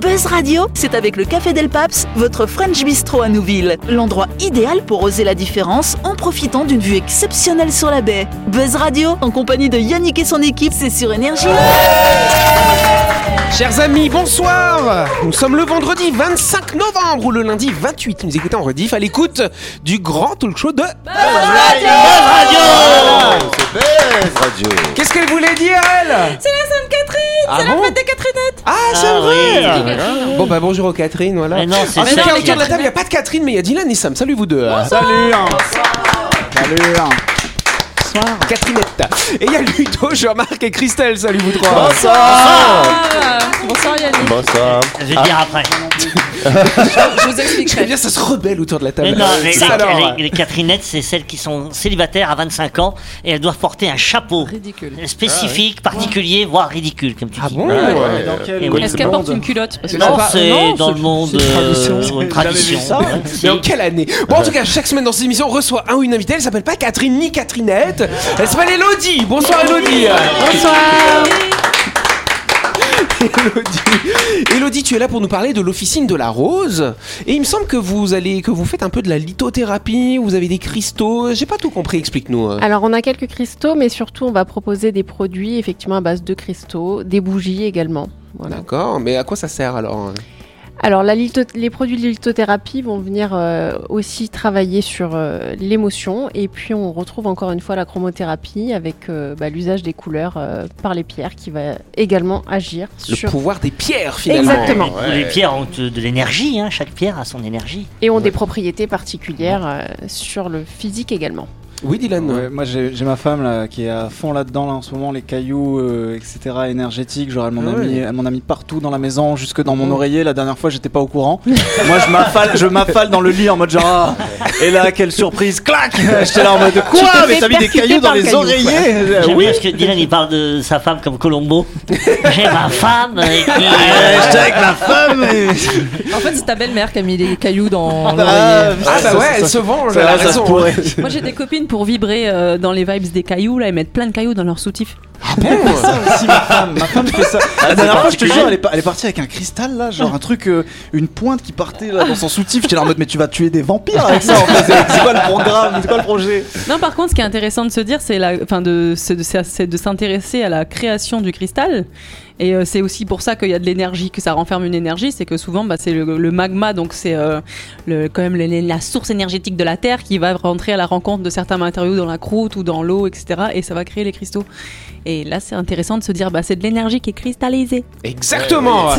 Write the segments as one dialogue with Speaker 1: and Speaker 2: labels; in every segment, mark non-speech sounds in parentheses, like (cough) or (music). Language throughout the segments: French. Speaker 1: Buzz Radio, c'est avec le Café Del Paps, votre French Bistro à Nouville. L'endroit idéal pour oser la différence en profitant d'une vue exceptionnelle sur la baie. Buzz Radio, en compagnie de Yannick et son équipe, c'est sur Énergie.
Speaker 2: Chers amis, bonsoir Nous sommes le vendredi 25 novembre ou le lundi 28. Nous écoutez en rediff à l'écoute du grand talk show de...
Speaker 3: Radio.
Speaker 2: Qu'est-ce qu'elle voulait dire, elle
Speaker 4: C'est la Sainte-Catherine
Speaker 2: Ah
Speaker 4: C'est la
Speaker 2: bon
Speaker 4: fête des Catherinettes
Speaker 2: Ah, c'est vrai Bon, bah bonjour aux Catherine, voilà.
Speaker 5: Mais non, c'est
Speaker 2: en tout
Speaker 5: ça,
Speaker 2: cas,
Speaker 5: les
Speaker 2: autour de la table, il n'y a pas de Catherine, mais il y a Dylan et Sam. Salut vous deux
Speaker 6: Salut
Speaker 3: hein.
Speaker 6: Salut
Speaker 2: Catherinette Et il y a Ludo, Jean-Marc et Christelle. Salut vous trois
Speaker 3: Bonsoir.
Speaker 4: Ah, Bonsoir Yannick,
Speaker 3: Bonsoir.
Speaker 5: Je vais dire après.
Speaker 4: je vous
Speaker 2: J'aime
Speaker 4: expliquerai.
Speaker 2: Eh bien, ça se rebelle autour de la table.
Speaker 5: Mais non, les,
Speaker 2: Ça,
Speaker 5: les-
Speaker 2: alors,
Speaker 5: les- les Catherinettes, c'est celles qui sont célibataires à 25 ans et elles doivent porter un chapeau
Speaker 6: Ah,
Speaker 4: Ridicule.
Speaker 5: spécifique, particulier, voire ridicule, comme tu
Speaker 2: Ah
Speaker 5: dis.
Speaker 2: bon
Speaker 3: Ouais, ouais.
Speaker 6: Dans
Speaker 5: Et
Speaker 6: quel
Speaker 5: oui.
Speaker 4: Est-ce qu'elle porte une culotte Parce que
Speaker 5: Non,
Speaker 6: C'est pas-
Speaker 5: c'est
Speaker 6: non,
Speaker 5: dans
Speaker 6: c'est-
Speaker 5: le monde
Speaker 6: c'est
Speaker 5: euh,
Speaker 6: une tradition. J'avais
Speaker 5: une tradition.
Speaker 6: jamais vu ça.
Speaker 5: Ouais, si.
Speaker 2: Mais en quelle année Bon, en tout cas, chaque semaine dans cette émission, on reçoit un ou une invitée. Elle s'appelle pas Catherine ni Catherinette. Elle s'appelle Elodie. Bonsoir, Elodie. Bonsoir. Elodie. Elodie, tu es là pour nous parler de l'officine de la rose. Et il me semble que vous allez, que vous faites un peu de la lithothérapie. Vous avez des cristaux. J'ai pas tout compris. Explique-nous. euh.
Speaker 7: Alors, on a quelques cristaux, mais surtout, on va proposer des produits effectivement à base de cristaux, des bougies également.
Speaker 6: Ah.
Speaker 7: Voilà.
Speaker 2: D'accord. Mais à quoi ça sert alors euh,
Speaker 7: Alors, la litho- les produits de lithothérapie vont venir euh, aussi travailler sur euh, l'émotion. Et puis, on retrouve encore une fois la chromothérapie avec euh, bah, l'usage des couleurs euh, par les pierres qui va également agir
Speaker 2: Le
Speaker 7: sur.
Speaker 2: pouvoir des pierres finalement.
Speaker 7: Exactement.
Speaker 5: Les- Les pierres ont euh, de l'énergie, hein, chaque pierre a son énergie.
Speaker 7: Et ont des propriétés particulières euh, sur le physique également.
Speaker 2: Oui, Dylan.
Speaker 6: Ouais, moi j'ai j'ai ma femme là, qui est à fond là-dedans là, en ce moment, les cailloux, euh, etc. énergétiques. Genre elle m'en
Speaker 2: Ah
Speaker 6: a,
Speaker 2: ouais.
Speaker 6: mis- elle m'en a mis partout dans la maison, jusque dans mon oreiller. La dernière fois j'étais pas au courant. moi je m'affale, je m'affale dans le lit en mode genre. ah. et là quelle surprise, clac J'étais là en mode quoi
Speaker 7: te
Speaker 6: Mais
Speaker 7: fais
Speaker 6: t'as mis des
Speaker 7: percuter
Speaker 6: cailloux dans
Speaker 7: par
Speaker 6: les
Speaker 7: le caillou,
Speaker 6: oreillers Euh,
Speaker 5: J'aime
Speaker 6: Oui
Speaker 5: bien parce que Dylan il parle de sa femme comme Colombo. J'ai ma femme euh, qui.
Speaker 6: Euh, J'étais avec ma femme et-
Speaker 4: En fait, c'est ta belle-mère qui a mis les cailloux dans
Speaker 6: Ah,
Speaker 4: l'oreiller.
Speaker 2: Ah
Speaker 6: ça,
Speaker 2: bah
Speaker 6: ça,
Speaker 2: ouais,
Speaker 6: ça,
Speaker 2: elle
Speaker 6: ça,
Speaker 2: se venge.
Speaker 6: ça,
Speaker 2: elle a
Speaker 6: ça
Speaker 2: raison,
Speaker 6: pourrait.
Speaker 2: hein.
Speaker 4: Moi, j'ai des copines pour vibrer euh, dans les vibes des cailloux, là, elles mettent plein de cailloux dans leur soutif.
Speaker 6: Si ma femme, ma femme fait ça. la dernière fois, je te
Speaker 3: particulier.
Speaker 6: jure, elle est, pa- elle est partie avec un cristal là, genre un truc, euh, une pointe qui partait là dans son soutif. J'étais là en mode, mais tu vas tuer des vampires avec ça en fait. C'est- C'est quoi le programme C'est quoi le projet
Speaker 4: Non, par contre, ce qui est intéressant de se dire, c'est la, enfin, de, c'est de, c'est- c'est de s'intéresser à la création du cristal. Et euh, c'est aussi pour ça qu'il y a de l'énergie, que ça renferme une énergie, c'est que souvent, bah, c'est le, le magma, donc c'est euh, le, quand même le- le- la source énergétique de la Terre qui va rentrer à la rencontre de certains matériaux dans la croûte ou dans l'eau, etc. Et ça va créer les cristaux. Et là, c'est intéressant de se dire, bah, c'est de l'énergie qui est cristallisée.
Speaker 2: Exactement. (laughs)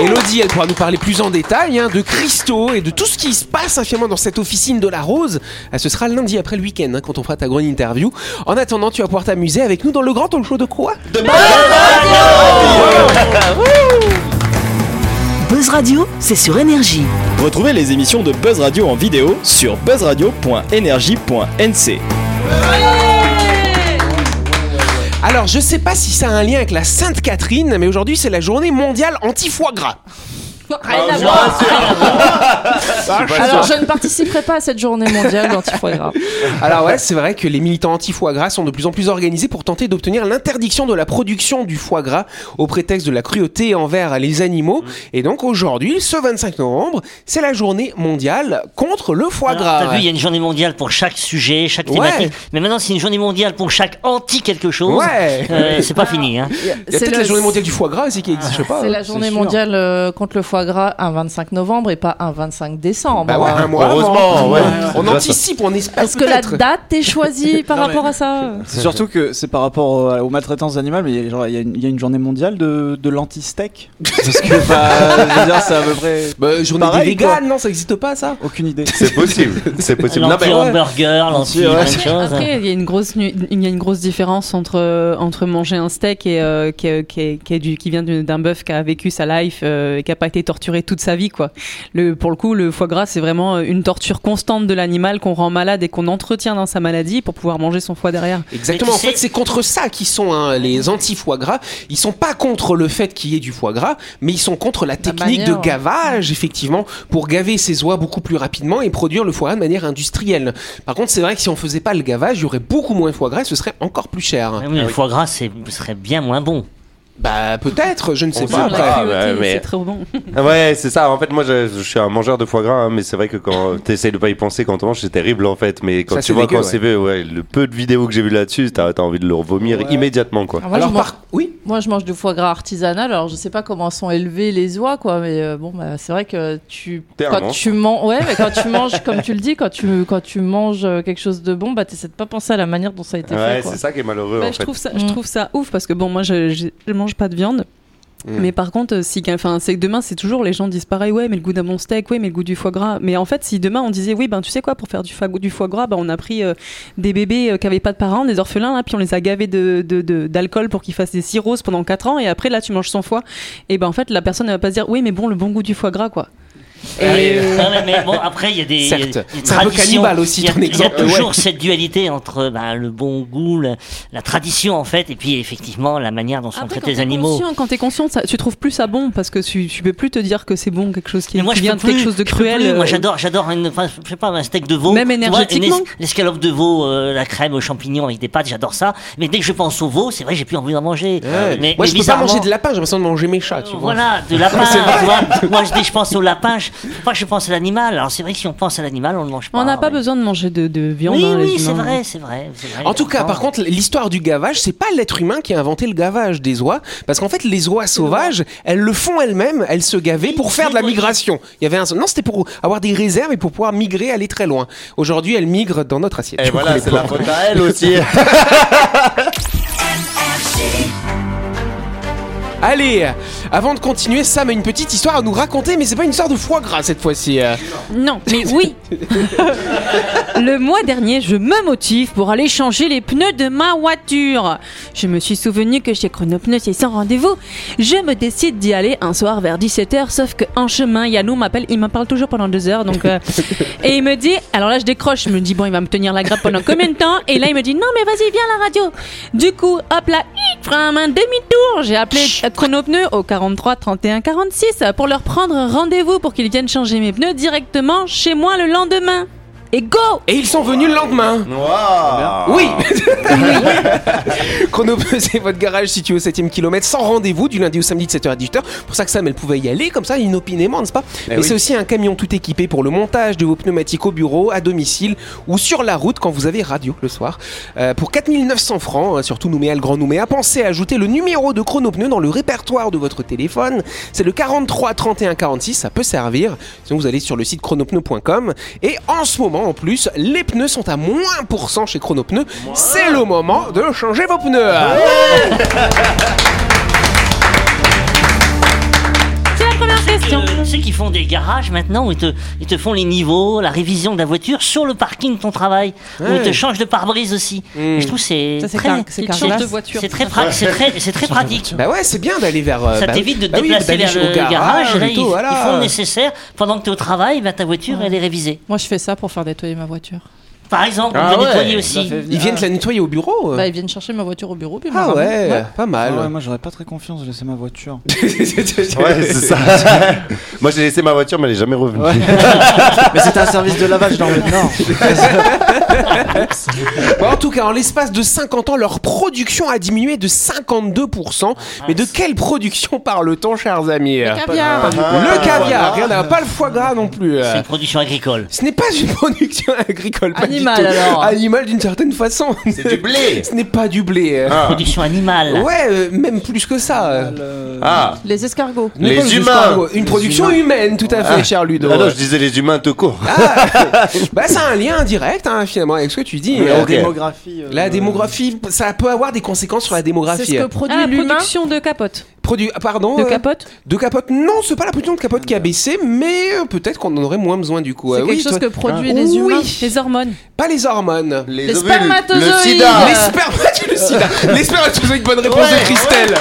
Speaker 2: Elodie, elle pourra nous parler plus en détail hein, de cristaux et de tout ce qui se passe hein, finalement dans cette officine de la rose. Ah, Ce sera lundi après le week-end hein, quand on fera ta grande interview. En attendant, tu vas pouvoir t'amuser avec nous dans le grand talk show de quoi
Speaker 1: Buzz Radio, c'est sur Énergie.
Speaker 8: Retrouvez les émissions de Buzz Radio en vidéo sur buzzradio.energie.nc.
Speaker 2: Alors, je sais pas si ça a un lien avec la Sainte Catherine, mais aujourd'hui c'est la journée mondiale anti-foie gras.
Speaker 4: Rien à voir.
Speaker 9: Ah,
Speaker 3: Ah,
Speaker 9: Alors, je ne participerai pas à cette journée mondiale anti-foie gras.
Speaker 2: Alors ouais, c'est vrai que les militants anti-foie gras sont de plus en plus organisés pour tenter d'obtenir l'interdiction de la production du foie gras au prétexte de la cruauté envers les animaux.
Speaker 5: Mm.
Speaker 2: Et donc aujourd'hui, ce 25 novembre, c'est la journée mondiale contre le foie
Speaker 5: Alors,
Speaker 2: gras.
Speaker 5: T'as vu, il y a une journée mondiale pour chaque sujet, chaque thématique.
Speaker 2: Ouais.
Speaker 5: Mais maintenant, c'est une journée mondiale pour chaque anti quelque chose.
Speaker 2: Ouais.
Speaker 5: Euh, c'est pas fini. Hein.
Speaker 2: Il y a
Speaker 9: C'est
Speaker 2: peut-être
Speaker 9: le-
Speaker 2: la journée mondiale du foie gras aussi qui existe, je sais pas.
Speaker 9: C'est
Speaker 2: hein,
Speaker 9: la journée
Speaker 2: sûr.
Speaker 9: mondiale euh, contre le foie gras un 25 novembre et pas un 25 décembre.
Speaker 2: Bah ouais, un mois avant.
Speaker 3: Heureusement, ouais.
Speaker 2: On
Speaker 3: Ça, ça-
Speaker 2: anticipe, on espère
Speaker 9: Est-ce que la
Speaker 2: peut-être.
Speaker 9: date est choisie par
Speaker 6: Non, mais-
Speaker 9: rapport à ça
Speaker 6: C'est surtout que c'est par rapport au- euh, aux maltraitances animales, mais il y a- genre, il y, a une- il y a une journée mondiale de, de l'anti-steak. Parce que, bah, je veux dire, c'est à peu près.
Speaker 2: Bah, journée
Speaker 6: Pareil,
Speaker 2: des véganes,
Speaker 6: quoi.
Speaker 2: non, ça existe pas ça
Speaker 6: Aucune idée.
Speaker 3: C'est possible. C'est Ah bah possible. Non, mais-
Speaker 5: L'anti-hamburger, l'anti
Speaker 6: Ouais.
Speaker 5: plein de
Speaker 4: Après,
Speaker 5: choses.
Speaker 4: après, il y a une grosse, nu- il y a une grosse différence entre euh, entre manger un steak et euh, qui, est- qui, est- qui est du- qui vient d'une- d'un bœuf qui a vécu sa life euh, et qui a pas été torturé toute sa vie quoi. Le, pour le coup, le foie gras c'est vraiment euh, une torture constante de l'animal qu'on rend malade et qu'on entretient dans sa maladie pour pouvoir manger son foie derrière.
Speaker 2: Exactement.
Speaker 5: Mais
Speaker 2: En
Speaker 5: tu sais-
Speaker 2: fait, c'est contre ça qu'ils sont hein, les anti-foie gras. Ils sont pas contre le fait qu'il y ait du foie gras, mais ils sont contre la technique
Speaker 9: manière,
Speaker 2: de
Speaker 9: ouais.
Speaker 2: gavage, effectivement, pour gaver ces oies beaucoup plus rapidement et produire le foie gras de manière industrielle. Par contre, c'est vrai que si on faisait pas le
Speaker 5: Ah
Speaker 2: gavage, il y aurait beaucoup moins de foie gras, et ce serait encore plus cher.
Speaker 5: Oui, mais le foie gras, c'est ce serait bien moins bon.
Speaker 2: Bah peut-être, je ne sais
Speaker 3: On
Speaker 2: pas.
Speaker 3: sait
Speaker 2: après.
Speaker 3: pas. Ah,
Speaker 4: Cruauté,
Speaker 3: ouais, mais-
Speaker 4: C'est trop bon.
Speaker 3: Ouais, c'est ça. En fait, moi, je, je suis un mangeur de foie gras, hein, mais c'est vrai que quand t'essayes de pas y penser quand on mange, c'est terrible en fait. Mais quand
Speaker 2: Ça,
Speaker 3: tu
Speaker 2: c'est
Speaker 3: vois
Speaker 2: dégueu,
Speaker 3: quand
Speaker 2: ouais.
Speaker 3: c'est fait, ouais, le peu de vidéos que j'ai vu là-dessus, t'as t'as envie de le vomir
Speaker 9: Ouais.
Speaker 3: immédiatement, quoi.
Speaker 9: Alors, moi,
Speaker 2: Alors
Speaker 9: je mange-
Speaker 2: par, oui,
Speaker 9: Moi, je mange du foie gras artisanal, alors je sais pas comment sont élevées les oies, quoi, mais euh, bon, bah, c'est vrai que tu.
Speaker 3: T'es un
Speaker 9: Quand
Speaker 3: monstre.
Speaker 9: tu manges. Ouais, mais quand tu manges, comme tu le dis, quand tu, quand tu manges euh, quelque chose de bon, bah, t'essaies de pas penser à la manière dont ça a été
Speaker 3: Ouais,
Speaker 9: fait, quoi.
Speaker 3: c'est ça qui est malheureux
Speaker 4: Bah,
Speaker 3: en
Speaker 4: je
Speaker 3: fait.
Speaker 4: trouve ça, je
Speaker 9: Mm.
Speaker 4: trouve ça ouf parce que bon, moi, je, je- je mange pas de viande.
Speaker 2: Mm.
Speaker 4: Mais par contre, si, enfin, c'est que demain, c'est toujours les gens disent pareil, ouais, mais le goût d'un bon steak, ouais, mais le goût du foie gras. Mais en fait, si demain on disait, oui, ben tu sais quoi, pour faire du, foie- du foie gras, ben, on a pris euh, des bébés euh, qui avaient pas de parents, des orphelins, là, puis on les a gavés d'alcool de, de, d'alcool pour qu'ils fassent des cirrhoses pendant 4 ans, et après, là, tu manges sans foie. Et ben en fait, la personne ne va pas se dire, oui, mais bon, le bon goût du foie gras, quoi.
Speaker 5: Ah
Speaker 2: Allez, euh,
Speaker 5: Non, mais, mais bon, après, il y a des.
Speaker 2: Certes.
Speaker 5: il y a des
Speaker 2: C'est un peu
Speaker 5: traditions.
Speaker 2: cannibale aussi,
Speaker 5: Il y a-
Speaker 2: ton exemple,
Speaker 5: Il y a toujours
Speaker 2: ouais.
Speaker 5: cette dualité entre bah, le bon goût, la, la tradition, en fait, et puis effectivement la manière dont sont
Speaker 4: Après, quand
Speaker 5: traités les
Speaker 4: t'es
Speaker 5: animaux.
Speaker 4: conscient- quand t'es conscient, ça- tu trouves plus ça bon parce que tu, tu peux plus te dire que c'est bon quelque chose qui,
Speaker 5: Mais moi,
Speaker 4: qui
Speaker 5: je
Speaker 4: vient
Speaker 5: peux
Speaker 4: de quelque
Speaker 5: plus,
Speaker 4: chose de
Speaker 5: je peux
Speaker 4: cruel.
Speaker 5: plus. Moi,
Speaker 4: euh,
Speaker 5: j'adore, j'adore, une- enfin, je sais pas, un steak de veau. Tu
Speaker 4: Même
Speaker 5: vois, une
Speaker 4: énergétiquement.
Speaker 5: es- L'escalope de veau, euh, la crème aux champignons avec des pâtes, j'adore ça. Mais dès que je pense au veau, c'est vrai, j'ai plus envie d'en manger.
Speaker 3: Euh,
Speaker 5: Euh, Mais,
Speaker 2: moi
Speaker 5: mais
Speaker 2: je peux pas manger
Speaker 5: bizarrement-
Speaker 2: de lapin, j'ai l'impression de manger mes chats, tu vois.
Speaker 5: Voilà,
Speaker 2: (laughs)
Speaker 5: de lapin. tu vois. Moi, je dis, je pense au lapin. Je, faut pas que je pense à l'animal. Alors, c'est vrai que si on pense à l'animal, on ne le mange pas.
Speaker 4: On n'a pas
Speaker 5: mais-
Speaker 4: besoin de manger de, de viande.
Speaker 5: Oui,
Speaker 4: hein, les
Speaker 5: oui, c'est
Speaker 4: humains.
Speaker 5: vrai, c'est vrai, c'est vrai.
Speaker 2: En tout cas, par contre, l'histoire du gavage, c'est pas l'être humain qui a inventé le gavage des oies, parce qu'en fait, les oies sauvages, elles le font elles-mêmes, elles se gavaient pour faire de la migration. Il y avait un non, c'était pour avoir des réserves et pour pouvoir migrer, aller très loin. Aujourd'hui, elles migrent dans notre assiette.
Speaker 3: Et
Speaker 2: Je
Speaker 3: voilà,
Speaker 2: vous
Speaker 3: c'est la
Speaker 2: connais pas.
Speaker 3: faute à elle aussi.
Speaker 2: Allez, avant de continuer, Sam a une petite histoire à nous raconter, mais c'est pas une histoire de foie gras cette fois-ci. euh.
Speaker 10: Non, mais
Speaker 5: (laughs)
Speaker 10: oui. Le mois dernier, je me motive pour aller changer les pneus de ma voiture. Je me suis souvenu que chez Chronopneus, c'est sans rendez-vous. Je me décide d'y aller un soir vers 17h, sauf qu'en chemin, Yannou m'appelle. Il m'en parle toujours pendant deux heures. Donc, euh, et il me dit, alors là, je décroche. Je me dis, bon, il va me tenir la grappe pendant combien de temps Et là, il me dit, non, mais vas-y, viens à la radio. Du coup, hop là, hic, vraiment un demi-tour. J'ai appelé Chronopneus au 43 31 46 pour leur prendre rendez-vous pour qu'ils viennent changer mes pneus directement chez moi le lendemain. Et go
Speaker 2: Et ils sont venus le lendemain.
Speaker 3: Waouh.
Speaker 2: Oui (laughs) Chrono, (laughs) c'est votre garage situé au 7ème kilomètre, sans rendez-vous du lundi au samedi de 7h à 18h. Pour ça que Sam, elle pouvait y aller, comme ça, inopinément, n'est-ce pas
Speaker 3: Eh
Speaker 2: Mais
Speaker 3: oui.
Speaker 2: c'est aussi un camion tout équipé pour le montage de vos pneumatiques au bureau, à domicile ou sur la route quand vous avez radio le soir. Euh, pour 4900 francs, hein, surtout Nouméa, le grand Nouméa, pensez à ajouter le numéro de Chrono Pneu dans le répertoire de votre téléphone. C'est le 43 31 46, ça peut servir. Sinon, vous allez sur le site chronopneu.com. Et en ce moment, en plus, les pneus sont à moins pour cent chez Chronopneu. C'est le moment de changer vos pneus.
Speaker 5: Ah
Speaker 10: C'est la première question.
Speaker 5: Tu sais qu'ils Euh, font des garages maintenant où ils te, ils te font les niveaux, la révision de la voiture sur le parking de ton travail. Où ils te changent de pare-brise aussi.
Speaker 2: Hmm.
Speaker 5: Et Je trouve que c'est
Speaker 4: Ça, c'est
Speaker 5: très,
Speaker 4: car- c'est
Speaker 5: c'est-
Speaker 4: carglass. Change de voiture.
Speaker 5: C'est très, pra- c'est très, c'est très pratique.
Speaker 2: Bah ouais, c'est bien d'aller vers. euh,
Speaker 5: Ça
Speaker 2: bah
Speaker 5: t'évite de
Speaker 2: oui.
Speaker 5: te
Speaker 2: Bah oui,
Speaker 5: déplacer
Speaker 2: d'aller
Speaker 5: vers
Speaker 2: au
Speaker 5: le garage.
Speaker 2: et
Speaker 5: Là,
Speaker 2: tout,
Speaker 5: ils, ils
Speaker 2: voilà.
Speaker 5: font le nécessaire. Pendant que tu es au travail, bah, ta voiture, elle est révisée.
Speaker 9: Moi, je fais ça pour faire nettoyer ma voiture.
Speaker 5: Par exemple,
Speaker 6: Ah
Speaker 5: on peut
Speaker 6: ouais,
Speaker 5: nettoyer
Speaker 6: ça
Speaker 5: aussi.
Speaker 6: fait
Speaker 2: Ils
Speaker 6: venir.
Speaker 2: viennent te la nettoyer au bureau. euh.
Speaker 9: Bah, ils viennent chercher ma voiture au bureau, puis ils me
Speaker 2: ah
Speaker 9: la ramènent.
Speaker 2: ouais, pas
Speaker 6: Ah ouais,
Speaker 2: mal.
Speaker 6: moi j'aurais pas très confiance de laisser ma voiture.
Speaker 3: (laughs) Ouais, c'est ça. Moi, j'ai laissé ma voiture, mais elle est jamais revenue.
Speaker 6: Mais c'était un service de lavage (laughs) dans le Nord.
Speaker 2: Bon, Bah, en tout cas, en l'espace de 50 ans, leur production a diminué de 52%.
Speaker 3: Ah,
Speaker 2: Mais de quelle production parle-t-on, chers amis Le
Speaker 9: Caviar.
Speaker 3: Ah.
Speaker 2: Le caviar, rien à- pas le foie gras non plus. euh.
Speaker 5: C'est une production agricole.
Speaker 2: Ce n'est pas une production agricole, pas
Speaker 9: Animal,
Speaker 2: du tout.
Speaker 9: alors.
Speaker 2: Animal d'une certaine façon.
Speaker 3: C'est du
Speaker 2: (laughs)
Speaker 3: blé.
Speaker 2: Ce n'est pas du blé. euh.
Speaker 3: Ah.
Speaker 5: Production animale.
Speaker 2: Ouais, euh, même plus que ça. euh.
Speaker 3: Ah.
Speaker 9: Les escargots.
Speaker 2: Ce n'est
Speaker 3: Les
Speaker 2: pas juste
Speaker 3: humains.
Speaker 2: un mot. Une production humaine, tout à fait, cher Ludo.
Speaker 3: Ah non, je disais les humains tout court.
Speaker 2: Bah, ça a un lien indirect, hein, finalement, avec ce que tu dis.
Speaker 3: Ouais,
Speaker 2: Euh,
Speaker 3: ok.
Speaker 6: démographie. euh,
Speaker 2: La démographie, ça peut avoir des conséquences sur la
Speaker 9: C'est ce
Speaker 2: démographie.
Speaker 9: que
Speaker 10: Ah,
Speaker 9: produit
Speaker 10: la
Speaker 9: l'humain.
Speaker 10: production de capote.
Speaker 2: Produit, ah, pardon.
Speaker 10: De
Speaker 2: euh,
Speaker 10: capote
Speaker 2: de capote. Non, c'est pas la production de capote qui a baissé, mais euh, peut-être qu'on en aurait moins besoin du coup.
Speaker 9: C'est
Speaker 2: Euh,
Speaker 9: quelque
Speaker 2: oui,
Speaker 9: chose
Speaker 2: toi-
Speaker 9: que produit les
Speaker 2: Oui.
Speaker 9: humains.
Speaker 10: Les hormones.
Speaker 2: Pas les hormones.
Speaker 3: Les,
Speaker 9: Les
Speaker 3: ovules,
Speaker 9: spermatozoïdes.
Speaker 3: le sida. Ah,
Speaker 2: Les (laughs) spermatozoïdes, le hein. sida. Les spermatozoïdes, une bonne réponse
Speaker 3: Ouais,
Speaker 2: de Christelle.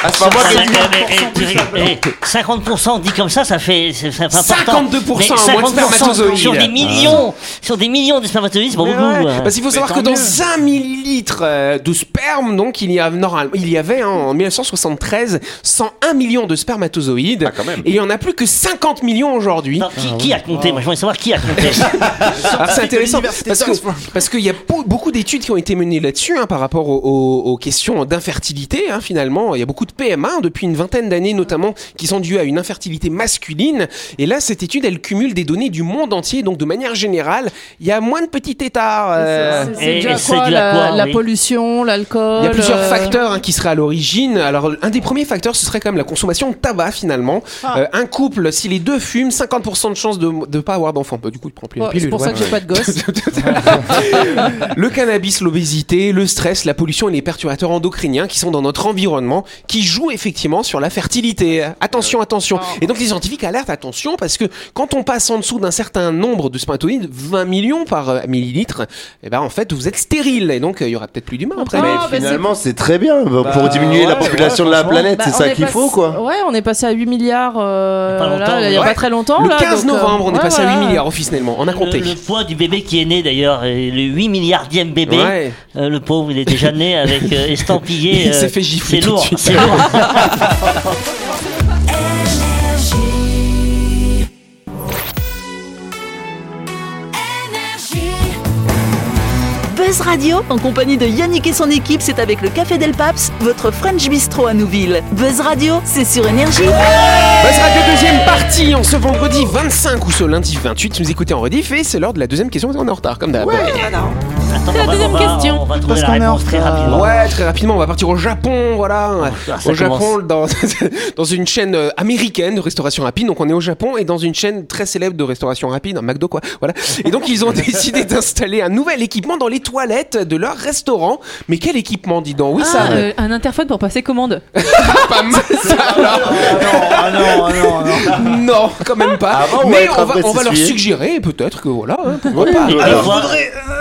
Speaker 3: Ah, c'est pas moi
Speaker 5: Ah,
Speaker 3: qui ai
Speaker 5: mais-
Speaker 3: dit.
Speaker 5: mais- eh, tu rigoles, eh, 50% dit comme ça, ça fait, c'est- ça fait important.
Speaker 2: 52%
Speaker 5: Mais
Speaker 2: en moins de
Speaker 5: 50%
Speaker 2: spermatozoïdes.
Speaker 5: Sur des millions, sur des millions de spermatozoïdes, c'est pas
Speaker 2: Mais
Speaker 5: beaucoup.
Speaker 2: ouais,
Speaker 5: euh.
Speaker 2: Parce qu'il faut savoir que
Speaker 6: tant
Speaker 2: dans
Speaker 6: mieux.
Speaker 2: un millilitre euh, de sperme, donc il y a normal- il y avait hein, en 1973 101 millions de spermatozoïdes.
Speaker 3: Ah, quand même.
Speaker 2: Et il y en a plus que 50 millions aujourd'hui.
Speaker 5: Attends, qui, qui a compté Moi, je voulais savoir qui a
Speaker 2: (laughs)
Speaker 5: compté.
Speaker 2: Alors Ah, c'est intéressant
Speaker 6: l'université
Speaker 2: parce que
Speaker 6: d'Oxford.
Speaker 2: parce qu'il y a beau- beaucoup d'études qui ont été menées là-dessus hein, par rapport aux, aux- aux questions d'infertilité hein, finalement. Il y a beaucoup de de PMA hein, depuis une vingtaine d'années notamment qui sont dues à une infertilité masculine. Et là, cette étude, elle cumule des données du monde entier, donc de manière générale, il y a moins de petits têtards. euh,
Speaker 9: C'est- C'est dû à quoi la, Euh, la pollution, l'alcool
Speaker 2: il y a plusieurs
Speaker 9: euh,
Speaker 2: facteurs hein, qui seraient à l'origine. Alors, un des premiers facteurs, ce serait quand même la consommation de tabac, finalement.
Speaker 9: Ah.
Speaker 2: Euh, un couple, si les deux fument, 50% de chances de ne pas avoir d'enfant. Bah, du coup, tu prends plus
Speaker 9: Oh,
Speaker 2: la
Speaker 9: c'est
Speaker 2: pilule,
Speaker 9: pour ça
Speaker 2: ouais.
Speaker 9: que j'ai pas de gosse.
Speaker 2: Le cannabis, l'obésité, le stress, la pollution et les perturbateurs endocriniens qui sont dans notre environnement, qui jouent effectivement sur la fertilité. Attention, attention. Et donc les scientifiques alertent, attention, parce que quand on passe en dessous d'un certain nombre de spermatozoïdes, 20 millions par euh, millilitre, eh ben en fait vous êtes stérile et donc euh, il y aura peut-être plus d'humains après.
Speaker 9: Mais Ah, bah,
Speaker 3: Finalement, c'est très bien bah,
Speaker 6: Bah,
Speaker 3: pour diminuer la
Speaker 6: ouais,
Speaker 3: population
Speaker 6: ouais,
Speaker 3: de la
Speaker 6: franchement.
Speaker 3: planète,
Speaker 9: Bah,
Speaker 3: c'est
Speaker 9: on
Speaker 3: ça
Speaker 9: est
Speaker 3: qu'il
Speaker 9: passé-
Speaker 3: faut quoi.
Speaker 9: Ouais, on est passé à 8 milliards euh,
Speaker 5: Il y a pas longtemps,
Speaker 9: là, il y a
Speaker 2: ouais.
Speaker 9: pas très longtemps.
Speaker 2: le
Speaker 9: là,
Speaker 2: 15
Speaker 9: donc, euh,
Speaker 2: novembre, on est
Speaker 9: ouais,
Speaker 2: passé à
Speaker 9: voilà.
Speaker 2: 8 milliards officiellement, on a
Speaker 5: Le,
Speaker 2: compté.
Speaker 5: Euh, le poids du bébé qui est né d'ailleurs, et le 8 milliardième bébé,
Speaker 2: Ouais.
Speaker 5: euh, le pauvre, il est déjà né avec euh, estampillé.
Speaker 2: Il s'est
Speaker 5: euh,
Speaker 2: fait gifler
Speaker 5: C'est
Speaker 2: tout de
Speaker 5: lourd,
Speaker 2: suite.
Speaker 5: c'est lourd.
Speaker 1: Buzz Radio, en compagnie de Yannick et son équipe, c'est avec le Café Del Paps, votre French Bistro à Nouville. Buzz Radio, c'est sur Énergie.
Speaker 2: Buzz Radio deuxième partie en ce vendredi 25 ou ce lundi 28, nous écoutez en rediff et c'est l'heure de la deuxième question, on est en retard comme d'hab.
Speaker 5: Attends, on va-
Speaker 10: deuxième
Speaker 5: on va-
Speaker 10: question.
Speaker 5: On va trouver la
Speaker 6: qu'on est en
Speaker 5: réponse très
Speaker 6: retard.
Speaker 5: rapidement.
Speaker 2: Ouais, très rapidement, on va partir au Japon, voilà.
Speaker 5: Ah, ça
Speaker 2: au Japon,
Speaker 5: commence.
Speaker 2: dans, (laughs) dans une chaîne euh, américaine de restauration rapide. Donc on est au Japon et dans une chaîne très célèbre de restauration rapide, un McDo quoi. Voilà. Et donc ils ont (laughs) décidé d'installer un nouvel équipement dans les toilettes de leur restaurant. Mais quel équipement, dis donc Oui, ça,
Speaker 4: Ah, euh, un interphone pour passer commande.
Speaker 2: pas mal (laughs) ça alors.
Speaker 6: Ah non, ah non, ah non. Ah
Speaker 2: Non, quand même pas.
Speaker 3: Avant, on va
Speaker 2: mais
Speaker 3: être
Speaker 2: on va,
Speaker 3: après
Speaker 2: on va leur
Speaker 3: s'essuyer.
Speaker 2: suggérer peut-être que voilà, hein, pourquoi pas.
Speaker 5: Et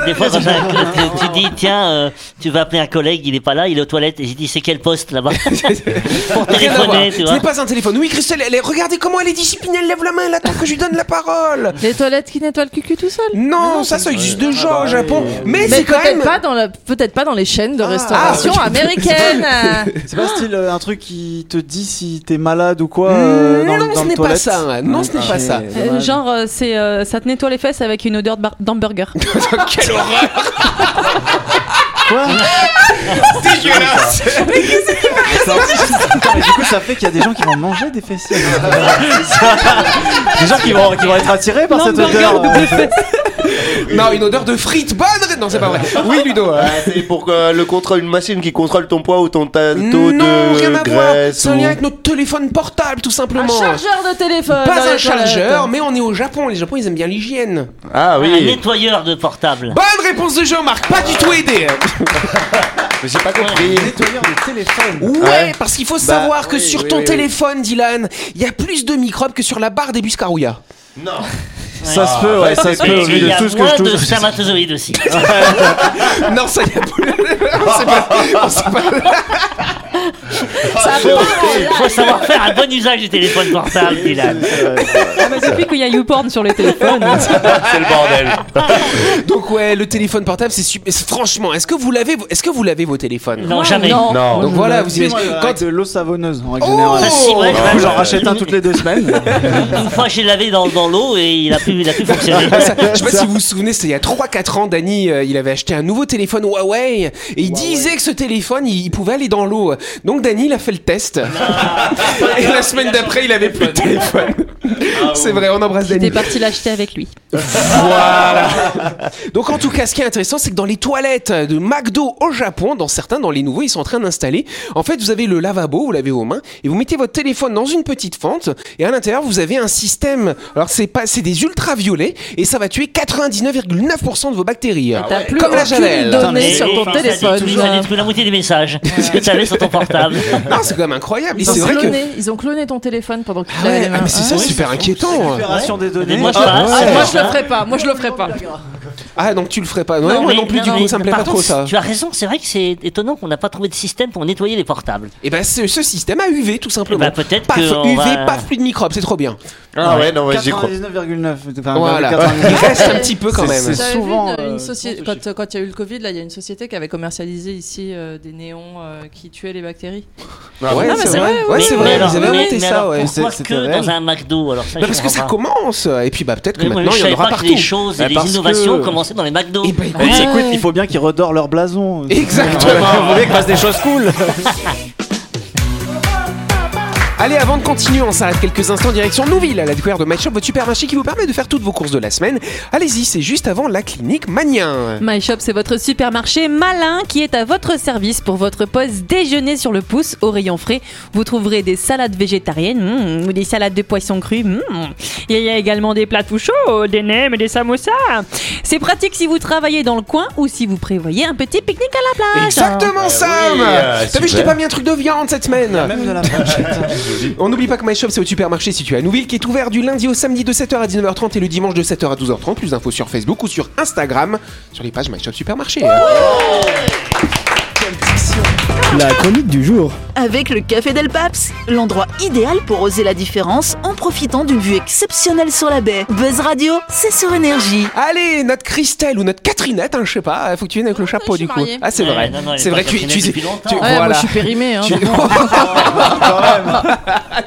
Speaker 5: des fois, des
Speaker 2: euh,
Speaker 5: fois, quand
Speaker 2: (laughs)
Speaker 5: t'as- tu, tu dis, tiens, euh, tu vas appeler un collègue, il est pas là, il est aux toilettes. Et j'ai dit, c'est quel
Speaker 2: (laughs)
Speaker 5: poste là-bas (laughs) Pour
Speaker 2: Rien à voir.
Speaker 5: téléphoner, tu
Speaker 2: Ce
Speaker 5: vois.
Speaker 2: n'est pas un téléphone. Oui, Christelle, elle est- regardez comment elle est disciplinée. Elle lève la main, elle attend que je lui donne la parole.
Speaker 9: Les toilettes qui nettoient le cul tout seul.
Speaker 2: Non, ça, ça existe déjà au Japon. Mais
Speaker 9: Mais
Speaker 2: c'est quand
Speaker 9: peut-être
Speaker 2: même.
Speaker 9: pas, dans la- peut-être pas dans les chaînes de restauration
Speaker 2: ah,
Speaker 9: américaines.
Speaker 6: C'est pas style euh, un truc qui te dit si t'es malade ou quoi euh, dans,
Speaker 2: Non,
Speaker 6: dans
Speaker 2: ce
Speaker 6: le
Speaker 2: n'est pas
Speaker 6: toilette
Speaker 2: ça. Non, ce n'est pas ça.
Speaker 6: Ok,
Speaker 4: Euh,
Speaker 6: dommage.
Speaker 4: genre, euh, c'est, euh, ça te nettoie les fesses avec une odeur de bar-
Speaker 2: (laughs)
Speaker 4: d'hamburger.
Speaker 2: Quelle horreur
Speaker 6: Quoi (laughs)
Speaker 2: dégueulasse
Speaker 6: Ça- Attends, mais Du coup, ça fait qu'il y a des gens qui vont manger des fessiers.
Speaker 2: (laughs)
Speaker 6: des gens qui vont, qui vont être attirés par cette odeur.
Speaker 2: Non, une odeur de frites bonne Non, c'est pas vrai. Oui, Ludo. euh,
Speaker 3: Ah, c'est pour euh, le contrôle, une machine qui contrôle ton poids ou ton ta- taux
Speaker 2: non,
Speaker 3: de
Speaker 2: rien à voir.
Speaker 3: graisse.
Speaker 2: C'est un
Speaker 3: ou-
Speaker 2: lien avec notre téléphone portable, tout
Speaker 9: Un
Speaker 2: simplement.
Speaker 9: chargeur de téléphone. dans
Speaker 2: Pas
Speaker 9: les
Speaker 2: un chargeur,
Speaker 9: toilettes.
Speaker 2: mais on est au Japon. Les Japonais, ils aiment bien l'hygiène.
Speaker 3: Ah
Speaker 5: Un
Speaker 3: oui,
Speaker 5: nettoyeur de portable.
Speaker 2: Bonne réponse de Jean-Marc. Pas du tout aidé.
Speaker 3: Ah, mais j'ai pas compris.
Speaker 6: Nettoyeur de téléphone.
Speaker 2: Ouais,
Speaker 3: Ouais.
Speaker 2: parce qu'il faut
Speaker 6: Bah,
Speaker 2: savoir que
Speaker 6: oui,
Speaker 2: sur
Speaker 6: oui,
Speaker 2: ton
Speaker 6: oui.
Speaker 2: téléphone, Dylan, il y a plus de microbes que sur la barre des buscarouillas.
Speaker 3: Non.
Speaker 6: Ça se peut,
Speaker 2: Bah,
Speaker 6: ouais, ça se
Speaker 5: Et
Speaker 6: peut au vu
Speaker 5: il y
Speaker 6: de
Speaker 5: a
Speaker 6: tout ce que
Speaker 5: moins
Speaker 6: je
Speaker 5: de
Speaker 6: touche.
Speaker 5: spermatozoïdes
Speaker 2: (laughs)
Speaker 5: aussi.
Speaker 2: non, ça y a c'est pas- c'est pas-
Speaker 3: (laughs)
Speaker 5: Il faut savoir faire un bon usage du téléphone portable, Dylan.
Speaker 4: Ah, bah, depuis qu'il y a YouPorn sur les téléphones.
Speaker 3: (laughs) C'est le bordel.
Speaker 2: Donc ouais, le téléphone portable, c'est super. c'est- Franchement, est-ce que vous l'avez Est-ce que vous l'avez vos téléphones
Speaker 5: (laughs) Non, jamais.
Speaker 9: Non.
Speaker 3: Non.
Speaker 2: Donc voilà, vous imaginez.
Speaker 6: Quand
Speaker 2: Quand...
Speaker 6: de l'eau savonneuse en règle
Speaker 2: Oh
Speaker 6: générale.
Speaker 5: Ah, si, ouais,
Speaker 6: Du
Speaker 5: ouais,
Speaker 6: coup, j'en
Speaker 5: ouais.
Speaker 6: rachète un toutes les deux semaines.
Speaker 5: Une fois, j'ai lavé dans, dans l'eau et il a plus, il a plus
Speaker 9: (laughs)
Speaker 5: fonctionné.
Speaker 2: Ah, ça- je sais pas si vous vous souvenez, c'était il y a 3-4 ans, Dany, euh, il avait acheté un nouveau téléphone Huawei et il disait que ce téléphone, il, il pouvait aller dans l'eau. Donc Dany, il a fait le test. (laughs) et la semaine d'après, il avait plus de téléphone. c'est vrai, on embrasse Dany.
Speaker 4: J'étais parti l'acheter avec lui.
Speaker 2: Voilà. Donc en tout cas, ce qui est intéressant, c'est que dans les toilettes de McDo au Japon, dans certains, dans les nouveaux, ils sont en train d'installer. En fait, vous avez le lavabo, vous l'avez aux mains, et vous mettez votre téléphone dans une petite fente, et à l'intérieur, vous avez un système. Alors c'est pas, c'est des ultraviolets, et ça va tuer 99,9% de vos bactéries.
Speaker 5: Ah
Speaker 9: T'as plus
Speaker 2: Comme la
Speaker 9: aucune
Speaker 2: Javel.
Speaker 9: donnée sur
Speaker 5: Et
Speaker 9: ton
Speaker 5: ça
Speaker 9: téléphone.
Speaker 5: détruit- Ça détruit la moitié des messages que tu avais sur
Speaker 2: (laughs)
Speaker 5: ton portable.
Speaker 2: Non, c'est quand même incroyable. Et
Speaker 9: Ils ont,
Speaker 2: c'est vrai que.
Speaker 9: cloné, ils ont cloné ton téléphone pendant que tu
Speaker 2: Ah
Speaker 9: l'avais
Speaker 2: ouais,
Speaker 9: dans
Speaker 2: ah,
Speaker 9: la
Speaker 2: mais
Speaker 9: main.
Speaker 2: c'est ça,
Speaker 9: Ah,
Speaker 2: super inquiétant. hein.
Speaker 6: Récupération des
Speaker 5: Mais
Speaker 6: données.
Speaker 5: moi, je passe.
Speaker 9: ouais.
Speaker 5: c'est
Speaker 9: Moi
Speaker 5: bon,
Speaker 9: je le
Speaker 5: ça.
Speaker 9: ferai pas, moi je le ferai pas.
Speaker 2: Ah, donc tu le ferais pas. Non, moi
Speaker 5: mais-
Speaker 2: non plus, du
Speaker 5: non,
Speaker 2: coup,
Speaker 5: mais
Speaker 2: ça me plaît
Speaker 5: par
Speaker 2: pas trop
Speaker 5: contre,
Speaker 2: ça.
Speaker 5: Tu as raison, c'est vrai que c'est étonnant qu'on n'a pas trouvé de système pour nettoyer les portables.
Speaker 2: Et ben, ce, ce système à UV, tout simplement.
Speaker 5: Eh ben, peut-être
Speaker 2: Paf,
Speaker 5: que on
Speaker 2: UV,
Speaker 5: va-
Speaker 2: paf, plus de microbes, c'est trop bien.
Speaker 3: Ah ouais, non, ouais, j'y crois.
Speaker 6: 99,9. enfin,
Speaker 2: Voilà.
Speaker 5: (laughs)
Speaker 6: 99.
Speaker 2: Il reste un petit peu quand
Speaker 6: C'est-
Speaker 2: même.
Speaker 6: c'est-
Speaker 9: J'avais
Speaker 6: souvent,
Speaker 9: vu une,
Speaker 6: euh,
Speaker 9: une société
Speaker 6: souvent ce
Speaker 9: quand quand il y a eu le Covid là, il y a une société qui avait commercialisé ici euh, des néons euh, qui tuaient les bactéries.
Speaker 3: Ah
Speaker 2: Ouais,
Speaker 3: ouais.
Speaker 2: c'est
Speaker 9: c'est
Speaker 2: vrai.
Speaker 9: vrai,
Speaker 2: Ouais,
Speaker 5: Mais-
Speaker 2: c'est
Speaker 5: mais
Speaker 2: vrai.
Speaker 5: alors-
Speaker 2: Ils avaient
Speaker 5: mais-
Speaker 2: inventé
Speaker 5: mais
Speaker 2: ça,
Speaker 5: alors,
Speaker 2: ouais.
Speaker 5: Pourquoi
Speaker 6: c'est-
Speaker 5: que
Speaker 6: c'était réel.
Speaker 5: dans un McDo alors ça,
Speaker 2: Bah,
Speaker 5: je
Speaker 2: parce que
Speaker 5: comprends
Speaker 2: ça
Speaker 5: pas.
Speaker 2: commence. Et puis, bah, peut-être que
Speaker 5: Mais moi,
Speaker 2: maintenant,
Speaker 5: je
Speaker 2: il y en
Speaker 5: savais
Speaker 2: aura
Speaker 5: pas que
Speaker 2: partout.
Speaker 5: les choses et
Speaker 6: Bah,
Speaker 5: les
Speaker 6: parce
Speaker 5: innovations
Speaker 6: que-
Speaker 5: commençaient dans les McDo.
Speaker 2: Eh ben, écoute,
Speaker 6: Oui,
Speaker 5: Ouais.
Speaker 6: écoute, il faut bien (laughs) qu'ils redorent leur blason.
Speaker 5: (laughs)
Speaker 2: Exactement.
Speaker 6: Vous voulez qu'il fasse des choses cool
Speaker 2: Allez, avant de continuer, on s'arrête quelques instants direction Nouville, à la découverte de My Shop, votre supermarché qui vous permet de faire toutes vos courses de la semaine. Allez-y, c'est juste avant la clinique Magnien.
Speaker 10: My Shop, c'est votre supermarché malin qui est à votre service pour votre pause déjeuner sur le pouce au rayon frais. Vous trouverez des salades végétariennes mm, ou des salades de poisson cru. mm. Il y a également des plats tout chauds, des nems et des samosas. C'est pratique si vous travaillez dans le coin ou si vous prévoyez un petit pique-nique à la plage.
Speaker 5: Ah
Speaker 2: Exactement, Sam
Speaker 3: oui, euh,
Speaker 2: T'as vu, je t'ai
Speaker 3: super.
Speaker 2: pas mis un truc de viande cette semaine
Speaker 6: Même de (laughs) la
Speaker 2: On n'oublie pas que My Shop, c'est au supermarché situé à Nouville, qui est ouvert du lundi au samedi de 7h à 19h30 et le dimanche de 7h à 12h30. Plus d'infos sur Facebook ou sur Instagram, sur les pages My Shop Supermarché.
Speaker 8: La chronique du jour.
Speaker 1: Avec le Café Del Paps, l'endroit idéal pour oser la différence en profitant d'une vue exceptionnelle sur la baie. Buzz Radio, c'est sur énergie.
Speaker 2: Allez, notre Christelle ou notre Catherinette, hein, je sais pas, faut que tu viennes avec le chapeau
Speaker 9: je suis
Speaker 2: du coup.
Speaker 9: mariée.
Speaker 2: Ah, c'est
Speaker 5: Ouais,
Speaker 2: vrai.
Speaker 5: non, non, elle
Speaker 2: c'est
Speaker 5: est
Speaker 2: vrai
Speaker 5: pas
Speaker 2: que tu, tu,
Speaker 5: Catherinette
Speaker 2: tu-
Speaker 5: depuis longtemps.
Speaker 9: Ouais, moi, je
Speaker 2: voilà.
Speaker 9: suis périmée. Hein.
Speaker 2: (laughs)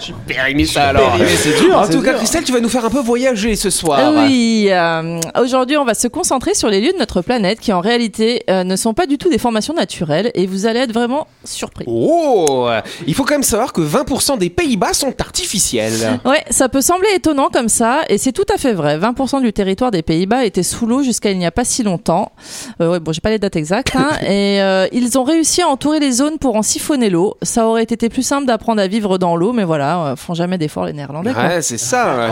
Speaker 2: Tu- (laughs) Périmé ça alors.
Speaker 6: c'est dur.
Speaker 2: En tout cas, Christelle, tu vas nous faire un peu voyager ce soir.
Speaker 9: Ah Oui, euh, aujourd'hui on va se concentrer sur les lieux de notre planète qui en réalité euh, ne sont pas du tout des formations naturelles et vous allez être vraiment surpris.
Speaker 2: Oh Il faut quand même savoir que 20% des Pays-Bas sont artificiels.
Speaker 9: Ouais, ça peut sembler étonnant comme ça, et c'est tout à fait vrai. 20% du territoire des Pays-Bas était sous l'eau jusqu'à il n'y a pas si longtemps. Euh, ouais, bon, j'ai pas les dates exactes, hein, et euh, ils ont réussi à entourer les zones pour en siphonner l'eau. Ça aurait été plus simple d'apprendre à vivre dans l'eau, mais voilà, euh, font jamais d'efforts les Néerlandais. quoi.
Speaker 2: Ouais, c'est ça.
Speaker 9: (laughs)
Speaker 2: ouais.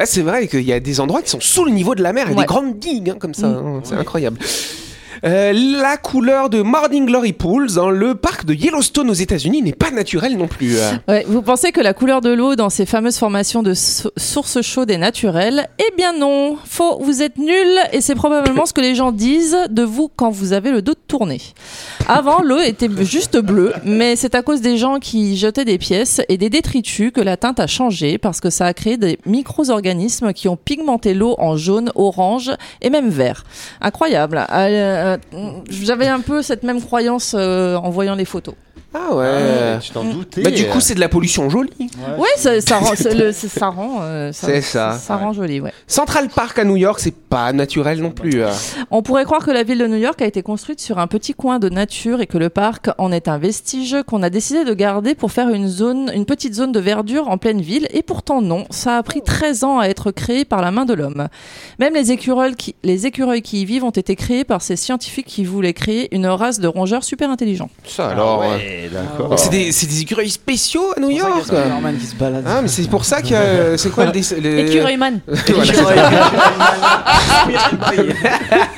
Speaker 2: Ouais, c'est vrai qu'il y a des endroits qui sont sous le niveau de la mer, il y a
Speaker 9: Ouais. Mm.
Speaker 2: des grandes digues hein, comme ça. hein, C'est incroyable. Euh, la couleur de Morning Glory Pools dans le parc de Yellowstone aux États-Unis n'est pas naturelle non
Speaker 9: (laughs)
Speaker 2: plus. Ah
Speaker 9: Ouais, vous pensez que la couleur de l'eau dans ces fameuses formations de so- sources chaudes est naturelle Eh bien non, faux, vous êtes nul et c'est probablement ce que les gens disent de vous quand vous avez le dos tourné. Avant, l'eau était juste bleue, mais c'est à cause des gens qui jetaient des pièces et des détritus que la teinte a changé parce que ça a créé des micro-organismes qui ont pigmenté l'eau en jaune, orange et même vert. Incroyable. Euh, euh, J'avais un peu cette même croyance euh, en voyant les photos.
Speaker 2: Ah ouais.
Speaker 3: Tu t'en doutais. euh.
Speaker 2: Bah, du coup, c'est de la pollution jolie.
Speaker 9: Ouais, ça, ça rend, ça- le- ça- ça rend, euh,
Speaker 2: C'est ça.
Speaker 9: rend joli. Ouais.
Speaker 2: Central Park à New York, c'est pas naturel non plus. euh.
Speaker 9: On pourrait croire que la ville de New York a été construite sur un petit coin de nature et que le parc en est un vestige qu'on a décidé de garder pour faire une zone, une petite zone de verdure en pleine ville. Et pourtant non, ça a pris 13 ans à être créé par la main de l'homme. Même les écureuils qui, les écureuils qui y vivent ont été créés par ces scientifiques qui voulaient créer une race de rongeurs super intelligents.
Speaker 3: Ah
Speaker 2: Ça alors. euh.
Speaker 3: d'accord.
Speaker 2: Donc, c'est des, c'est des écureuils spéciaux à New York.
Speaker 6: Norman qui se balade.
Speaker 2: Ah, mais c'est pour ça que. euh, c'est quoi le. dé- le-
Speaker 10: Écureuilman.
Speaker 2: (laughs) Voilà.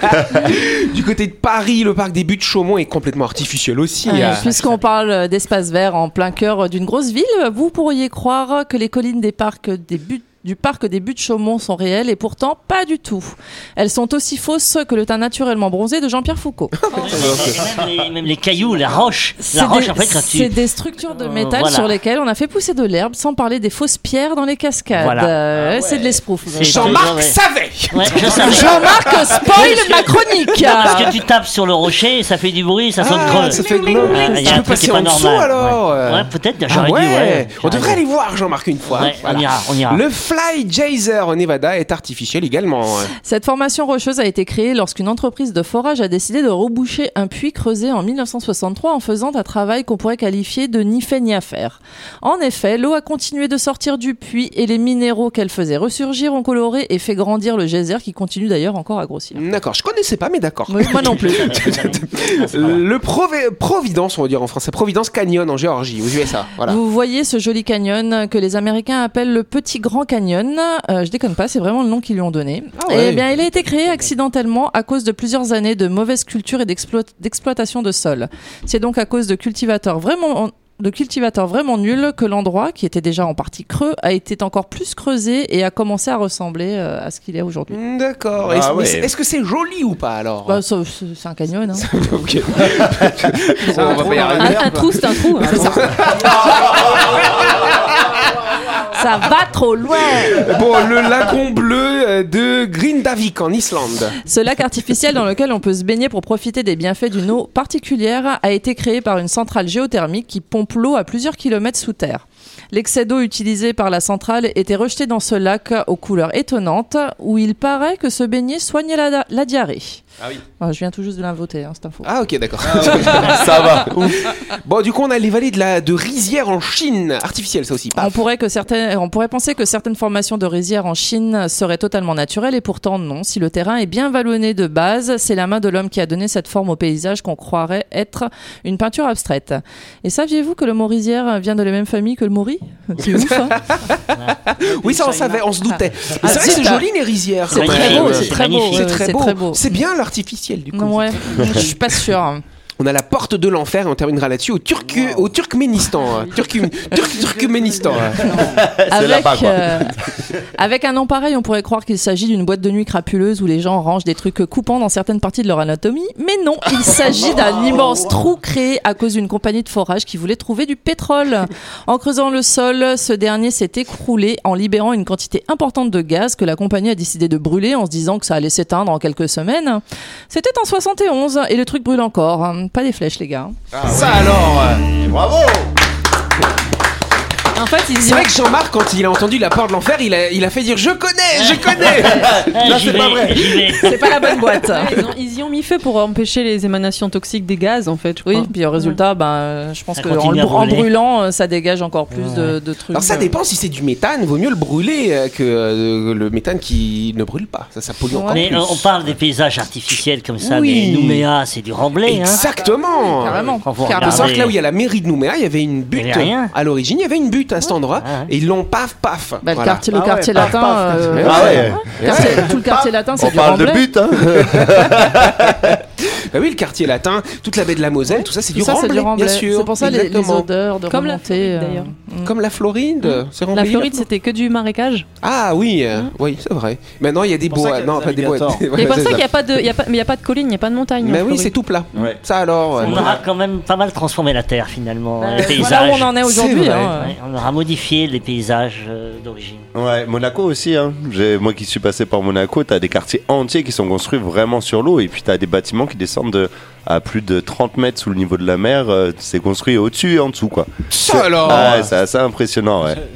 Speaker 6: Ah, (laughs)
Speaker 2: Du côté de Paris, le parc des Buttes Chaumont est complètement artificiel
Speaker 5: Ah,
Speaker 2: aussi.
Speaker 9: Ouais,
Speaker 2: euh.
Speaker 9: Puisqu'on parle euh, d'espace vert en plein cœur d'une grosse ville, vous pourriez croire que les collines des parcs des buts du parc des buttes Chaumont sont réelles et pourtant pas du tout. Elles sont aussi fausses que le teint naturellement bronzé de
Speaker 5: (laughs)
Speaker 9: Jean-Pierre Foucault.
Speaker 5: Et même, les, même les cailloux, la roche.
Speaker 9: C'est
Speaker 5: La roche,
Speaker 9: des,
Speaker 5: en fait, quand tu.
Speaker 9: c'est des structures de
Speaker 5: Euh,
Speaker 9: métal
Speaker 5: voilà.
Speaker 9: sur lesquelles on a fait pousser de l'herbe, sans parler des fausses pierres dans les cascades.
Speaker 5: Voilà. Ah
Speaker 9: Euh, C'est de l'esprouf.
Speaker 5: C'est-
Speaker 2: Jean-Marc
Speaker 5: Ouais.
Speaker 2: savait
Speaker 5: Ouais, je savais. (laughs)
Speaker 9: Jean-Marc spoil ma chronique
Speaker 5: Parce que tu tapes sur le rocher et ça fait du bruit, ça sonne
Speaker 2: Ah,
Speaker 5: creux.
Speaker 2: ça fait glauque.
Speaker 5: Ah, il y
Speaker 2: Tu
Speaker 5: a un
Speaker 2: peux
Speaker 5: truc qui
Speaker 2: passer
Speaker 5: est pas
Speaker 2: en dessous
Speaker 5: normal.
Speaker 2: alors euh.
Speaker 5: Ouais, peut-être,
Speaker 2: Ah
Speaker 5: j'aurais
Speaker 2: ouais.
Speaker 5: dit, ouais.
Speaker 2: On
Speaker 5: j'aurais
Speaker 2: devrait
Speaker 5: dit.
Speaker 2: aller voir Jean-Marc une fois.
Speaker 5: Ouais,
Speaker 2: Voilà.
Speaker 5: on ira, on ira.
Speaker 2: Le Fly Geyser au Nevada est artificiel également.
Speaker 9: Cette formation rocheuse a été créée lorsqu'une entreprise de forage a décidé de reboucher un puits creusé en 1963 en faisant un travail qu'on pourrait qualifier de ni fait ni à faire. En effet, l'eau a continué de sortir du puits et les minéraux qu'elle faisait ressurgir ont coloré et fait grandir le geyser qui continue d'ailleurs encore à grossir.
Speaker 2: D'accord, je connaissais pas, mais d'accord.
Speaker 9: Moi moi non plus.
Speaker 2: (laughs) Le Prove- Providence, on va dire en français, Providence Canyon en Géorgie, aux USA. Voilà.
Speaker 9: Vous voyez ce joli canyon que les Américains appellent le Petit Grand Canyon. Euh, je déconne pas, c'est vraiment le nom qu'ils lui ont donné.
Speaker 2: Ah ouais.
Speaker 9: Eh bien, il a été créé accidentellement à cause de plusieurs années de mauvaise culture et d'explo- d'exploitation de sol. C'est donc à cause de cultivateurs vraiment de cultivateurs vraiment nuls que l'endroit, qui était déjà en partie creux, a été encore plus creusé et a commencé à ressembler euh, à ce qu'il est aujourd'hui.
Speaker 2: D'accord.
Speaker 3: Ah
Speaker 2: Est-ce
Speaker 3: ouais.
Speaker 2: est-ce que c'est joli ou pas alors
Speaker 9: Bah, ça, c'est c'est un canyon. hein.
Speaker 2: Ok.
Speaker 6: Ça
Speaker 2: on
Speaker 6: va
Speaker 2: va
Speaker 6: trop
Speaker 2: pas y
Speaker 6: dans la
Speaker 9: Ah,
Speaker 2: arriver.
Speaker 10: Un, un trou, c'est un trou. hein.
Speaker 9: Ça va trop loin.
Speaker 2: Bon, le lagon bleu euh, de Grindavik en Islande.
Speaker 9: Ce lac artificiel dans lequel on peut se baigner pour profiter des bienfaits d'une eau particulière a été créé par une centrale géothermique qui pompe l'eau à plusieurs kilomètres sous terre. L'excès d'eau utilisé par la centrale était rejeté dans ce lac aux couleurs étonnantes où il paraît que se baigner soignait la, la diarrhée.
Speaker 2: Ah oui.
Speaker 9: Ah, je viens tout juste de l'invoter, hein, cette info.
Speaker 2: Ah ok d'accord. (laughs) ça va. Ouf. Bon du coup on a les vallées de la de rizière en Chine, artificielle ça aussi.
Speaker 9: On pourrait, que certaines, on pourrait penser que certaines formations de rizières en Chine seraient totalement naturelles et pourtant non. Si le terrain est bien vallonné de base, c'est la main de l'homme qui a donné cette forme au paysage qu'on croirait être une peinture abstraite. Et saviez-vous que le mot rizière vient de la même famille que le mot riz (laughs) C'est ouf. hein
Speaker 2: Oui ça on savait, on se doutait.
Speaker 9: Ah,
Speaker 2: c'est vrai que c'est
Speaker 9: zut,
Speaker 2: joli
Speaker 9: ah.
Speaker 2: les rizières.
Speaker 9: C'est très beau, c'est très beau,
Speaker 2: C'est
Speaker 9: ouais,
Speaker 2: très
Speaker 9: c'est
Speaker 2: beau.
Speaker 9: très beau.
Speaker 2: C'est bien l'artificiel du coup.
Speaker 9: Ouais, je suis pas sûre.
Speaker 2: On a la porte de l'enfer et on terminera là-dessus au, Turc au Turkménistan. Turkum- Turk-
Speaker 9: (laughs)
Speaker 2: Turkménistan.
Speaker 9: Avec, euh, avec un nom pareil, on pourrait croire qu'il s'agit d'une boîte de nuit crapuleuse où les gens rangent des trucs coupants dans certaines parties de leur anatomie. Mais non, il s'agit d'un
Speaker 4: Oh.
Speaker 9: immense trou créé à cause d'une compagnie de forage qui voulait trouver du pétrole. En creusant le sol, ce dernier s'est écroulé en libérant une quantité importante de gaz que la compagnie a décidé de brûler en se disant que ça allait s'éteindre en quelques semaines. C'était en 71 et le truc brûle encore. Pas des flèches, les gars.
Speaker 2: Ça alors euh, Bravo
Speaker 9: En fait,
Speaker 2: C'est vrai que Jean-Marc, quand il a entendu la porte de l'enfer, il a, il a fait dire Je connais, je connais Là, c'est
Speaker 5: Eh,
Speaker 2: pas vrai
Speaker 9: C'est pas la bonne boîte.
Speaker 4: Ouais, ils, ont- ils y ont mis feu pour empêcher les émanations toxiques des gaz, en fait.
Speaker 9: Oui, puis au résultat, ben, euh, je pense
Speaker 4: Ça
Speaker 9: que en,
Speaker 4: continue à
Speaker 9: le br- en
Speaker 4: brûler.
Speaker 9: brûlant, euh, ça dégage encore plus de, de trucs.
Speaker 2: Alors ça
Speaker 9: euh,
Speaker 2: dépend si c'est du méthane, vaut mieux le brûler euh, que euh, le méthane qui ne brûle pas. Ça, ça pollue encore
Speaker 5: Mais
Speaker 2: plus.
Speaker 5: euh, on parle des paysages artificiels comme ça,
Speaker 2: Oui.
Speaker 5: mais Nouméa, c'est du remblai. hein.
Speaker 2: Exactement.
Speaker 5: carrément. Quand vous
Speaker 2: Il faut savoir
Speaker 5: regardez-
Speaker 2: que là où il y a la mairie de Nouméa, il y avait une butte.
Speaker 5: Il y avait rien.
Speaker 2: À l'origine, il y avait une butte à cet endroit. Et ils l'ont paf paf.
Speaker 9: bah, le
Speaker 2: Voilà.
Speaker 9: quartier, le quartier latin, euh,
Speaker 2: Ah ouais.
Speaker 9: le quartier- tout le quartier latin, c'est
Speaker 2: On
Speaker 9: du
Speaker 2: parle de
Speaker 9: remblai.
Speaker 2: but,
Speaker 6: hein.
Speaker 2: Bah oui, le quartier latin, toute la baie de la Moselle, tout ça c'est
Speaker 9: Tout
Speaker 2: du,
Speaker 9: ça, c'est
Speaker 2: remblai,
Speaker 9: du remblai.
Speaker 2: bien sûr.
Speaker 9: C'est pour ça les- les
Speaker 2: Exactement.
Speaker 9: odeurs de Comme la remontée, Floride, euh, d'ailleurs.
Speaker 2: Comme la Floride, c'est
Speaker 4: La
Speaker 2: rempli,
Speaker 4: Floride, c'était que du marécage.
Speaker 2: Ah oui, euh, oui, c'est vrai. Maintenant, il y a des
Speaker 4: pour ça
Speaker 2: bois.
Speaker 4: qu'il y a
Speaker 2: Non,
Speaker 4: des
Speaker 2: pas des bois.
Speaker 4: alligators.
Speaker 2: (laughs) Ouais,
Speaker 4: C'est pour
Speaker 2: c'est
Speaker 4: ça
Speaker 2: ça.
Speaker 4: qu'il n'y a pas de, il y a pas, mais il y a pas de colline, il n'y a pas de montagne.
Speaker 2: Mais
Speaker 4: en
Speaker 2: oui,
Speaker 4: Floride.
Speaker 2: c'est tout plat. Ça alors.
Speaker 5: On
Speaker 2: euh,
Speaker 5: aura quand même pas mal transformé la Terre finalement.
Speaker 4: Bah,
Speaker 5: les
Speaker 4: voilà
Speaker 5: paysages.
Speaker 4: où on en est aujourd'hui,
Speaker 5: C'est vrai.
Speaker 4: hein.
Speaker 5: Ouais, on aura modifié les paysages euh, d'origine.
Speaker 3: Ouais, Monaco aussi. Hein. J'ai- Moi qui suis passé par Monaco, t'as des quartiers entiers qui sont construits vraiment sur l'eau et puis t'as des bâtiments qui descendent de- à plus de 30 mètres sous le niveau de la mer. euh, C'est construit au-dessus et en dessous quoi. Ah
Speaker 2: Ça alors
Speaker 3: Ouais, C'est assez impressionnant. Ouais.
Speaker 6: J'allais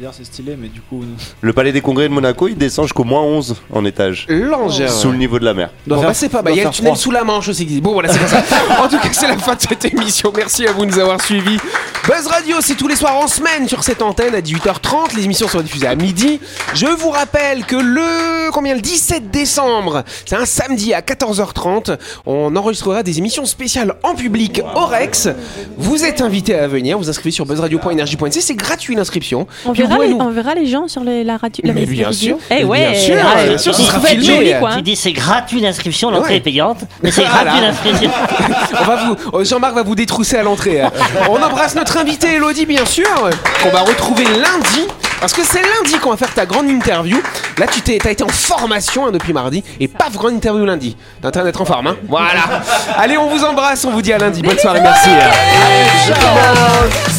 Speaker 6: dire c'est stylé, mais du coup.
Speaker 3: Le palais des congrès de Monaco, il descend jusqu'au moins 11 en étage.
Speaker 2: L'enfer.
Speaker 3: Sous le niveau de la mer.
Speaker 2: Bon, bah, c'est pas mal. Il y a le tunnel sous la Manche aussi. qui dit. Bon, voilà, c'est comme
Speaker 3: (laughs)
Speaker 2: ça. en tout cas, c'est la fin de cette émission. Merci à vous de nous avoir suivis. Buzz Radio, c'est tous les soirs en semaine sur cette antenne à 18h30. Les émissions sont diffusées à midi. Je vous rappelle que le combien le 17 décembre, c'est un samedi à 14h30, on enregistrera des émissions spéciales en public au Rex. Vous êtes invités à venir. Vous inscrivez sur buzzradio.energie.nc. C'est gratuit l'inscription.
Speaker 10: On
Speaker 2: Puis vous
Speaker 10: verra,
Speaker 2: pouvez
Speaker 10: les,
Speaker 2: nous-
Speaker 10: on verra les gens sur les- la radio. la
Speaker 2: Mais
Speaker 10: vidéo.
Speaker 2: bien sûr.
Speaker 10: Eh
Speaker 2: Mais
Speaker 10: ouais.
Speaker 2: bien sûr,
Speaker 10: ah,
Speaker 2: bien sûr,
Speaker 10: ça
Speaker 2: ce sera
Speaker 10: va être
Speaker 2: filmé.
Speaker 10: joli, quoi.
Speaker 5: Tu
Speaker 10: hein.
Speaker 5: dis c'est gratuit l'inscription, l'entrée
Speaker 2: Ouais.
Speaker 5: est payante,
Speaker 2: (laughs)
Speaker 5: mais c'est
Speaker 2: Voilà.
Speaker 5: gratuit l'inscription.
Speaker 2: On va vous, euh, Jean-Marc va vous détrousser à l'entrée. hein. On embrasse notre invité Elodie, bien sûr, euh, qu'on va retrouver lundi. Parce que c'est lundi qu'on va faire ta grande interview. Là, tu t'es, t'as été en formation hein, depuis mardi. Et paf, grande interview lundi. T'as intérêt à être en forme, hein Voilà. Allez, on vous embrasse, on vous dit à lundi. Bonne soirée, merci. hein. Allez, ciao.